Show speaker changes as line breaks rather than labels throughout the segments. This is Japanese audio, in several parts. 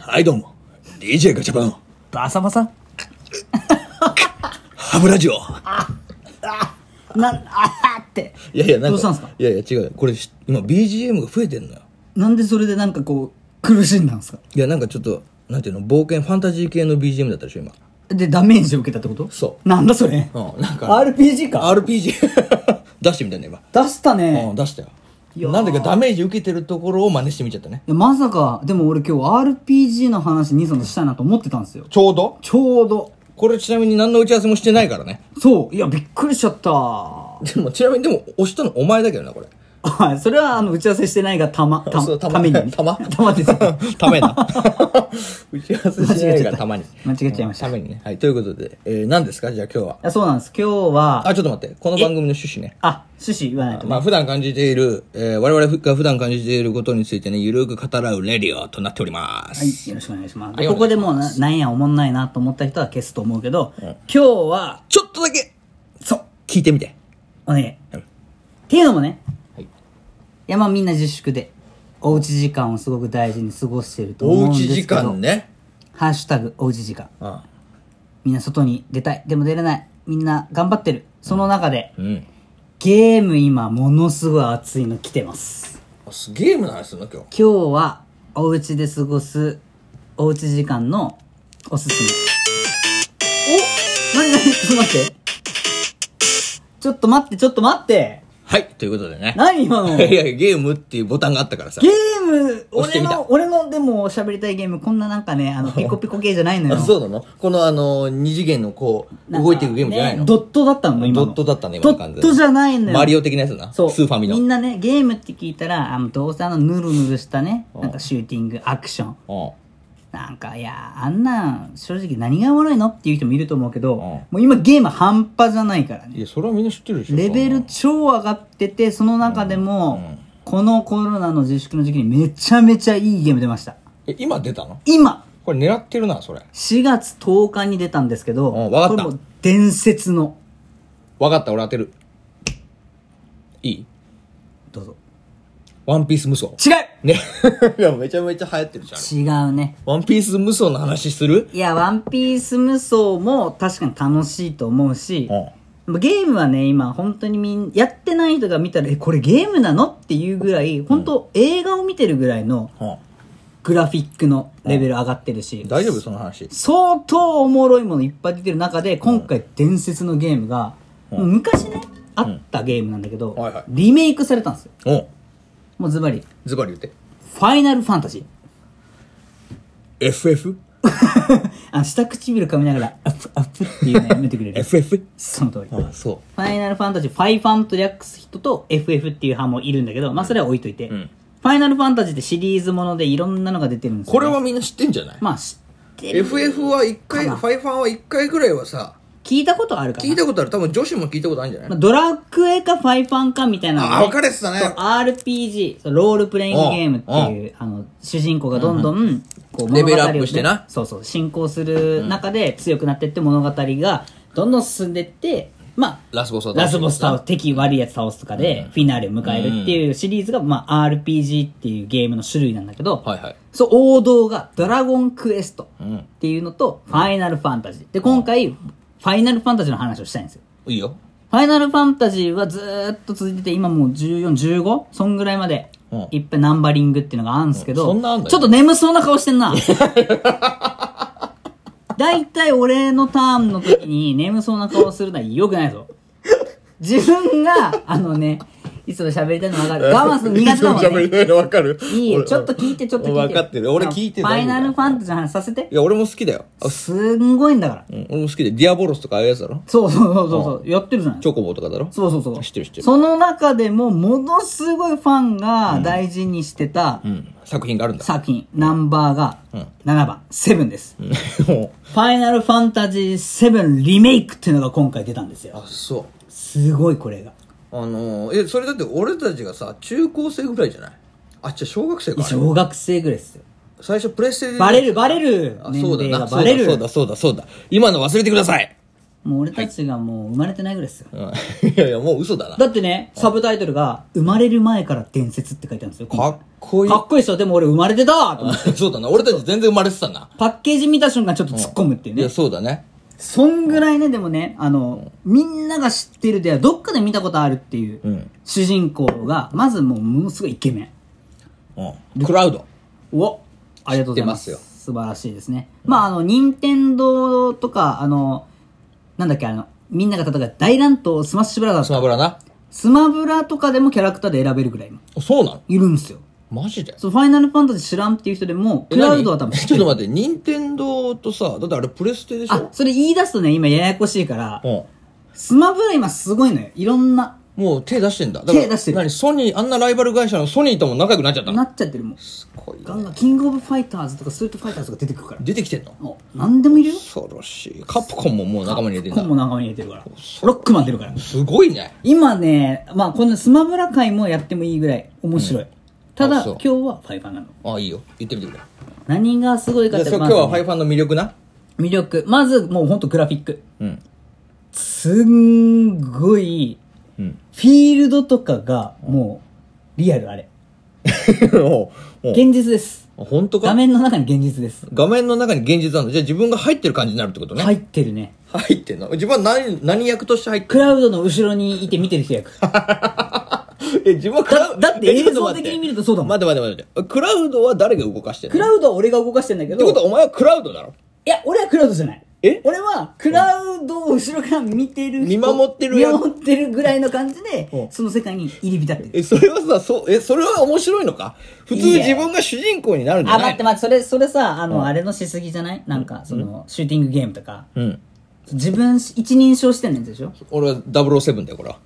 はいどうも DJ ガチャパン
バサバサ
ハブラジオ
な、あーって。
いやいやなんか
どうしたんですか
いやいや違うよこれし今 BGM が増えてんのよ
なんでそれでなんかこう、苦しんだんですか
いやなんかちょっとなんていうの冒険ファンタジー系の BGM だったでしょ今
で、ダメージを受けたってこと。
そう
なんだそれ。
うんなんか
RPG か。
RPG 出してみたんだ今、
出した
う
ね
ん。出したよなんでかダメージ受けてるところを真似してみちゃったね
いやまさか、でも俺今日 RPG の話兄さんとしたいなと思ってたんですよ。
ちょうど
ちょうど。
これちなみに何の打ち合わせもしてないからね
そう。いや、びっくりしちゃった。は
でもちなみにでも押したのお前だけどなこれ
い。それは、あの、打ち合わせしてないが、たま、た
そう、たま
ためにね。
たま
たまですよ。
ためな。 打ち合わせしないからたまに。
間違えちゃいました。
ためにね。はい。ということで、えー、何ですかじゃあ今日はい
やそうなんです。今日は、
あ、ちょっと待って。この番組の趣旨ね。
あ、趣旨言わないと。
まあ、普段感じている、えー、我々が普段感じていることについてね、ゆるく語らうレディオとなっておりま
はい
す。、
よろしくお願いします。
はい
ここでもうな、なんやおもんないなと思った人は消すと思うけど、今日は、
ちょっとだけ、
そう、
聞いてみて。
お願い。
うん
っていうのもね、
はい
いやまあみんな自粛で、おうち時間をすごく大事に過ごしてると
お
思う
うん
です
ち
けど、
時間ね。
ハッシュタグ、おうち時間。
あ
みんな外に出たい。でも出れない。みんな頑張ってる。その中で、
うん。
ゲーム今、ものすごい熱いの来てます。
あすゲームの話すんの今日。
今日は、おうちで過ごす、おうち時間のおすすめ。おなになにちょっと待って。ちょっと待って、ちょっと待って。
はい。ということでね。
何今の。
いやい
ゲ
や、ゲームっていうボタンがあったからさ。
ーム、
押して
俺
みた
の、俺のでも喋りたいゲーム、こんななんかね、あの、ピコピコ系じゃないの
あ
よ。
そうなのこのあの、二次元のこう、
なんか
動いていくゲームじゃないの
ねドットだったの今の
ドットだったね、今の
ド
完全
ッ
に
トじゃないのよ。
マリオ的なやつな。
そう。
スーファミの。
みんなね、ゲームって聞いたら、あの、どうせあの、ぬるぬるしたね、なんかシューティング、アクション。なんか、いや、あんなん、正直何がおもろいのっていう人もいると思うけど、
ん
もう今ゲーム半端じゃないから
うん。い
ね。
や、それはみんな知ってるでしょ。
レベ
そん
ル
な
超上がってて、その中でも、
うん
このコロナの自粛の時期にめちゃめちゃいいゲーム出ました。
え、今出たの
今、
これ狙ってるな、それ。
4月10日に出たんですけど、
うんわかった
これも伝説の、
わかった、俺当てる。いい
どうぞ。
ワンピース無双。
違う
ね。 いや、めちゃめちゃ流行ってるじゃん。
違うね。
ワンピース無双の話する
いや、ワンピース無双も確かに楽しいと思うし、ゲームはね、今本当にみん、やってない人が見たら、え、これゲームなのっていうぐらい、本当映画を見てるぐらいの
う
グラフィックのレベル上がってるし
ん。、大丈夫その話。
相当おもろいものいっぱい出てる中で、今回伝説のゲームが、もう昔ね、あったゲームなんだけど、
はいはい
リメイクされたんですよ。
うん。
もうズバリ、
ズバリ言って。
ファイナルファンタジー。
FF?FF?
あの下唇噛みながら、アップアップっていうのやめて くれる。その通り。
あ、そう。
ファイナルファンタジー、ファイファンと略す人と FF っていう派もいるんだけど、まあそれは置いといて、
ん
ファイナルファンタジーってシリーズものでいろんなのが出てるんですよ、ね。
これはみんな知ってんじゃない
まあ知ってる。
FF は一回、ファイファンは一回ぐらいはさ、
聞いたことあるか
聞い
な。
たことある。多分女子も聞いたことあるんじゃない
まあ、ドラクエかファイファンかみたいなのが
あ分かれてたね
そう RPG、そうロールプレイングゲームっていう、あの、主人公がどんどん、こう、
レベル
物語を
アップしてな
そうそう、進行する中で強くなってって物語がどんどん進んでって、まあ、
ラスボスは
ラスボス倒す、敵悪いやつ倒すとかで、フィナーレを迎えるっていうシリーズが、まあ、RPG っていうゲームの種類なんだけど、
はいはい。
そう、王道が、ドラゴンクエスト
ん
っていうのと、ファイナルファンタジー。で、今回、ファイナルファンタジーの話をしたいんですよ。
いいよ。
ファイナルファンタジーはずーっと続いてて、今もう14、15? そんぐらいまで
うん、
いっぱいナンバリングっていうのがあるんですけど、
うんそんなあんだよ
ちょっと眠そうな顔してんな。だいたい俺のターンの時に眠そうな顔するのは良くないぞ。自分が、あのね、いつも喋りたいの分かる。我慢するの苦手だもんね。
ないの分かる
いいよ、ちょっと聞いて、ちょっと聞いて。
分かってる。俺聞いて
ファイナルファ
ン。
ンタジーの話させて
い。や、俺も好きだよ。あ
すんごいんだから。
うん、俺も好きで。ディアボロスとかああいうやつだろ
そうそうそうそうそう、やってるじゃない
チョコボとかだろ
そうそうそう。
知ってる知ってる
その中でも、ものすごいファンが大事にしてた
うん。作品があるんだ。
作品、ナンバーが7番、セブンです。
うん
ファイナルファンタジー7リメイクっていうのが今回出たんですよ
あ、。そう。
すごいこれが。
あのー、え、それだって俺たちがさ、中高生ぐらいじゃないあ、じゃあ小学生か。あれ
小学生ぐらいですよ。
最初プレステで。
バレるバレる
あ、
年
そうだ
齢が
な。そ
バ
う
レ
だ、そう
る。
だ、そうだ、そうだ。今の忘れてください。
もう俺たちがもう生まれてないぐらいですよ。
うん いやいや、もう嘘だな。
だってね、サブタイトルが、生まれる前から伝説って書いてあるんですよ。
かっこいい
か。っこいいでしょでも俺生まれてたと思って
そうだな。俺たち全然生まれてたな。
パッケージ見た瞬間ちょっと突っ込むっていう
いや、
ね。
そうだね。
そんぐらいね、でもね、あの、みんなが知ってるでは、どっかで見たことあるっていう、
ん
主人公が、まずもうものすごいイケメン。
うん。クラウド。
おありがとうございます
知ってま
素晴らしいですね、まああの任天堂とかあのなんだっけあのみんなが例えば大乱闘スマッシュブラザー
ス
ズ
マブラな。
スマブラとかでもキャラクターで選べるぐらい今
あそうなの
いるんですよ
マジで
そうファイナルファンタジー知らんっていう人でもクラウドは 多分
え何ちょっと待って、任天堂とさ、だってあれプレステでし
あ
ょ
それ言い出すとね今ややこしいから、
うん。
スマブラ今すごいのよいろんな
もう手出してんだ。だから
手出してる
何ソニー、あんなライバル会社のソニーとも仲良くなっちゃった
な
の
っちゃってるもん
すごいね
ガンガンキングオブファイターズとかストリートファイターズとか出てくるから
出てきてんの
もう何でもいるよ
恐ろしい。カプコンももう仲間に入れて
コ
ん
ン
だ。
も仲間に入れてるからロックマン出るから
すごいね。
今ね、まあこのスマブラ界もやってもいいぐらい面白い。ただ、
あそう
今日はファイファンなの。
あ、いいよ。言ってみてくれ。
何がすごいかっ
じゃあ
て、
それ今
まず
日はファイファンの魅力な
魅力。まず、もうほんとグラフィック。
うん。
すんごい、
うん。
フィールドとかが、もう、リアルあれ。
おうおう
現実です。
あ本当か
画面の中に現実です。
画面の中に現実なんだ。じゃあ自分が入ってる感じになるってことね。
入ってるね。
入ってんの自分は何、何役として入って
ク
る
ラウドの後ろにいて見てる人役。
え、自分はクラウド
だだって
えちょと
映像
待
的に見るとそうだもん
待って待って待って。クラウドは誰が動かしてる
ク
のっ
ラウドは俺が動かしてんだけ
て
ど、
ことはお前はクラウドだろ
いや、俺はクラウドじゃない。
え
俺は、クラウドを後ろから見てる人
見守ってる
見
やつ
守ってるぐらいの感じで
う、ん
その世界に入り浸ってる。
え、それはさ、そう、え、それは面白いのか普通
いいね
自分が主人公になるんじゃ
あ、
ない
待って待って、それ、それさ、あの、あれのしすぎじゃないなんか、その、シューティングゲームとか。
うん。
自分、一人称視点のやつで しょち
俺は007だよ、これは。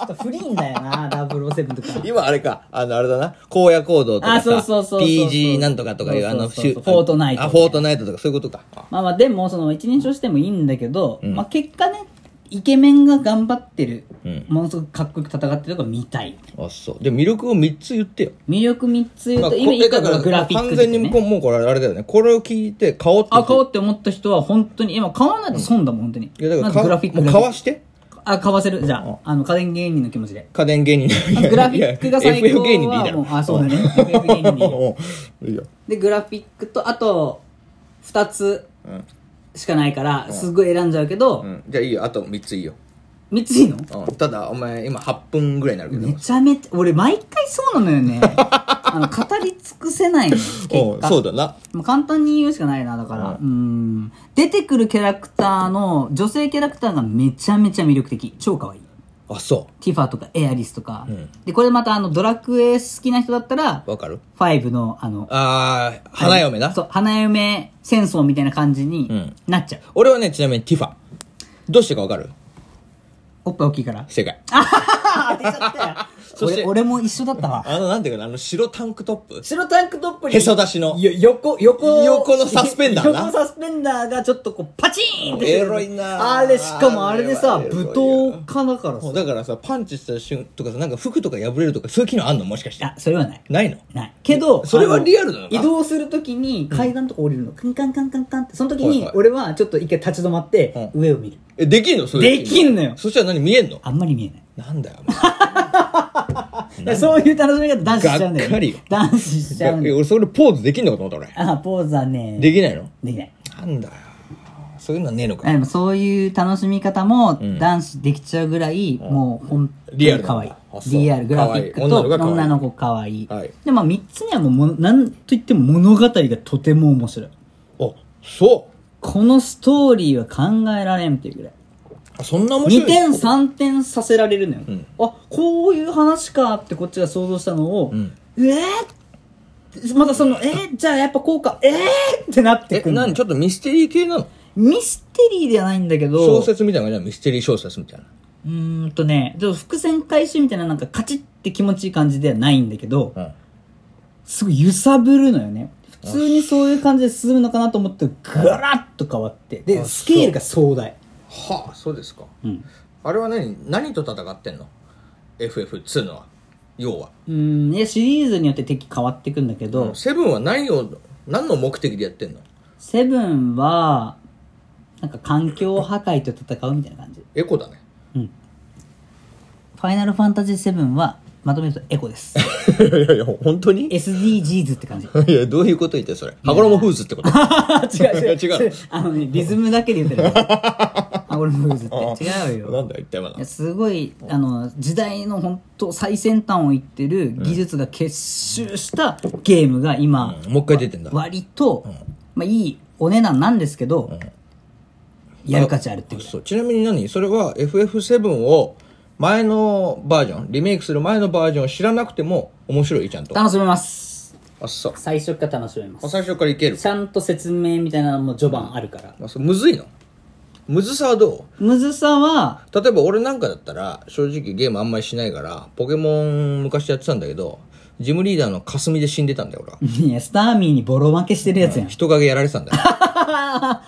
ょっとフリーんだよ な、007とか。
今あれか、あの、あれだな、荒野行動とかさ、
あそうそうそうそう
PG なんとかとかいう、あの、
そうそうそう
シュ
フォートナイト
あ、フォートナイトとかそういうことか。あ
まあまあ、でも、その、一人称視点もいいんだけど、まあ結果ね、イケメンが頑張ってる、
うん
ものすごくかっこよく戦ってるとこ見たい。
あ、そう。で、魅力を3つ言ってよ。
魅力3つ言う
まあ
と、
こ
今言ったから
え
グラフィック
完
です
全
ね
にもう、もうこれあれだよね。これを聞いて、顔って言
あ、
って。
買おうって思った人は本当に、今買わないと損だもん、本当に。
いや、だから
まず
か、
グラフィック
もう
グ
か
ラフィ
わ
ック
して。
あ、買わせる。じゃあ、あの、家電芸人の気持ちで。
家電芸人
あのグラフィックが最高は
FF 芸人でいいだろ
もうあそうだね FF 芸人でいいよ
うんいいよ
で、グラフィックと、あと、二つしかないから、すっごい選んじゃうけど
う、んじゃあいいよあと3ついいよ、
三ついいの
うんただお前今8分ぐらいになるけど
めちゃめちゃ、俺毎回そうなの よね。あの、語り尽くせないのよ。結
うん
果
そうだな
もう簡単に言うしかないな、だから。うん。出てくるキャラクターの、女性キャラクターがめちゃめちゃ魅力的。超可愛い。
あそ
ティファとかエアリスとか、でこれまたあのドラクエ好きな人だったら
うわかる
5のあの
あー花嫁な、
そう花嫁戦争みたいな感じに
ん
なっちゃう、
俺はねちなみにティファどうしてかわかる
おっぱい大き いから
正解
あ当てちゃった
そ
よ
して
俺俺も一緒だったわ
あのなんていうかなあの白タンクトップ
白タンクトップに
へそ出しの
よ横横
横のサスペンダーな
横のサスペンダーがちょっとこうパチーンって
エロいな
あれしかもあれでさ
あれはエロい
舞
よ
踏家だからさ
もうだからさパンチした瞬とかさなんか服とか破れるとかそういう機能あんのもしかして
あそれはない
ないの
ないけど
それは
あの
リアルなのか
移動するときに階段とか降りるの、カンカンカンカンカンってその時
はい
に
はい
俺はちょっと一回立ち止まって上を見る、
えできんのそういう
できんのよ
そしたら何見えんの
あんまり見えない
なんだよお前
だからそういう楽しみ方男子しちゃうんだよ、
がっかりよ
男子しちゃうんだ
え
よ
俺それポーズできんのかと思った俺
あポーズはね
できないの
できない
なんだよそういうのはねえの
あ
か
でもそういう楽しみ方も男子できちゃうぐらい、もう本当
リア
に
ルなんだ
可愛い
あそう
リアルグラフィックと
可愛い女の子が可愛い
女の子可愛い、
はい
でまあ3つにはもうもうなんといっても物語がとても面白い
あそ
このストーリーは考えられんっていうぐらいう
あそんな面白い
2点3点させられるのよ、あこういう話かってこっちが想像したのを、えー、またそのえー、じゃあやっぱこうかえー、ってなって
え
くる
何ちょっとミステリー系なの
ミステリーではないんだけど
小説みたいな感じなのミステリー小説みたいな
うーんとねちょっと伏線回収みたいななんかカチッって気持ちいい感じではないんだけど、
うん
すごい揺さぶるのよね普通にそういう感じで進むのかなと思ってぐらっと変わってで
あ
スケールが壮大
はあそうですか
うん
あれは何何と戦ってんの ?FF2 のは要は
うんいやシリーズによって敵変わってくんだけど、
セブンは何を何の目的でやってんの
セブンは、なんか環境破壊と戦うみたいな感じ
エコだね。
ファイナルファンタジー7はまとめるとエコです
いやいやいや、本当に
SDGs って感じ
いや、どういうこと言ってそれ。羽衣フーズって こと
違う 違う
違う
あのねリズムだけで言って るあ俺のフーズって違うよ
なんだよ、一体まだ
いや。すごいあの時代の本当最先端をいってる技術が結集したゲームが今、
うんもう一回出てんだ。
割と、まあ、いいお値段なんですけど、やる価値あるっていう
そうちなみに何それは FF7 を前のバージョン、リメイクする前のバージョンを知らなくても面白いちゃんと。あ
楽しめます
っそう。
最初から楽しめま
あ
す
最初からいける。
ちゃんと説明みたいなのも序盤あるから
まあ、そうむずいのむずさはど
むずさは
う例えば俺なんかだったら正直ゲームあんまりしないからポケモン昔やってたんだけどジムリーダーの霞で死んでたんだよ俺はい
やスターミーにボロ負けしてるや つやん、
人影やられてたんだよ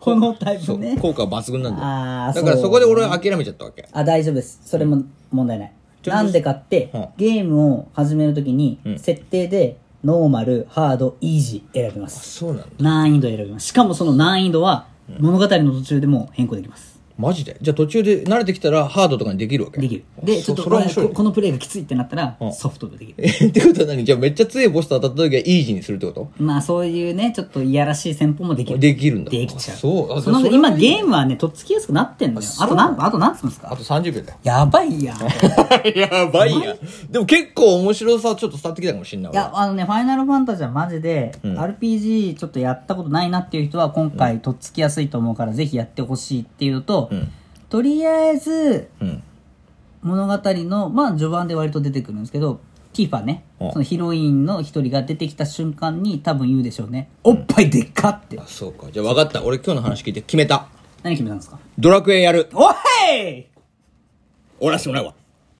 炎タイプ
そう
ね
効果は抜群なんだ
あー
よだから
そう
そこで俺は諦めちゃったわけ
あ大丈夫ですそれも問題ない、
ちょ
なんでかって、
うん
ゲームを始めるときに、
ん
設定でノーマルハードイージー選びます
そうなんだ
難易度選びますしかもその難易度は物語の途中でも変更できます、
マジでじゃあ途中で慣れてきたらハードとかにできるわけ
できるでち
そ
ょっと
そ
こ
れは
れ
面白い
ここのプレイがきついってなったら、
ん
ソフトでできる
えってことは何じゃあめっちゃ強いボスと当たった時はイージーにするってこと
まあそういうねちょっといやらしい戦法もできる
できるんだ
できちゃう
あそうあ
その
それ
今ゲームはねとっつきやすくなってんのよあと何分あと何つうんです
あ
か
と30秒だよ
やば い やんい
やばいやんでも結構面白さちょっと伝わってきたかもしんない
やあのね「ファイナルファンタジー」はマジで、RPG ちょっとやったことないなっていう人は今回とっつきやすいと思うから、ぜひやってほしいっていうのと、
ん
とりあえず
俺うん
物語のまあ序盤で割と出てくるんですけどティファね
うん
そのヒロインの一人が出てきた瞬間に多分言うでしょうね「おっぱいでっか!」って
あそうかじゃあ分かった俺今日の話聞いて決めた
何決めたんですか
ドラクエやる
おい
俺はしてもらうわ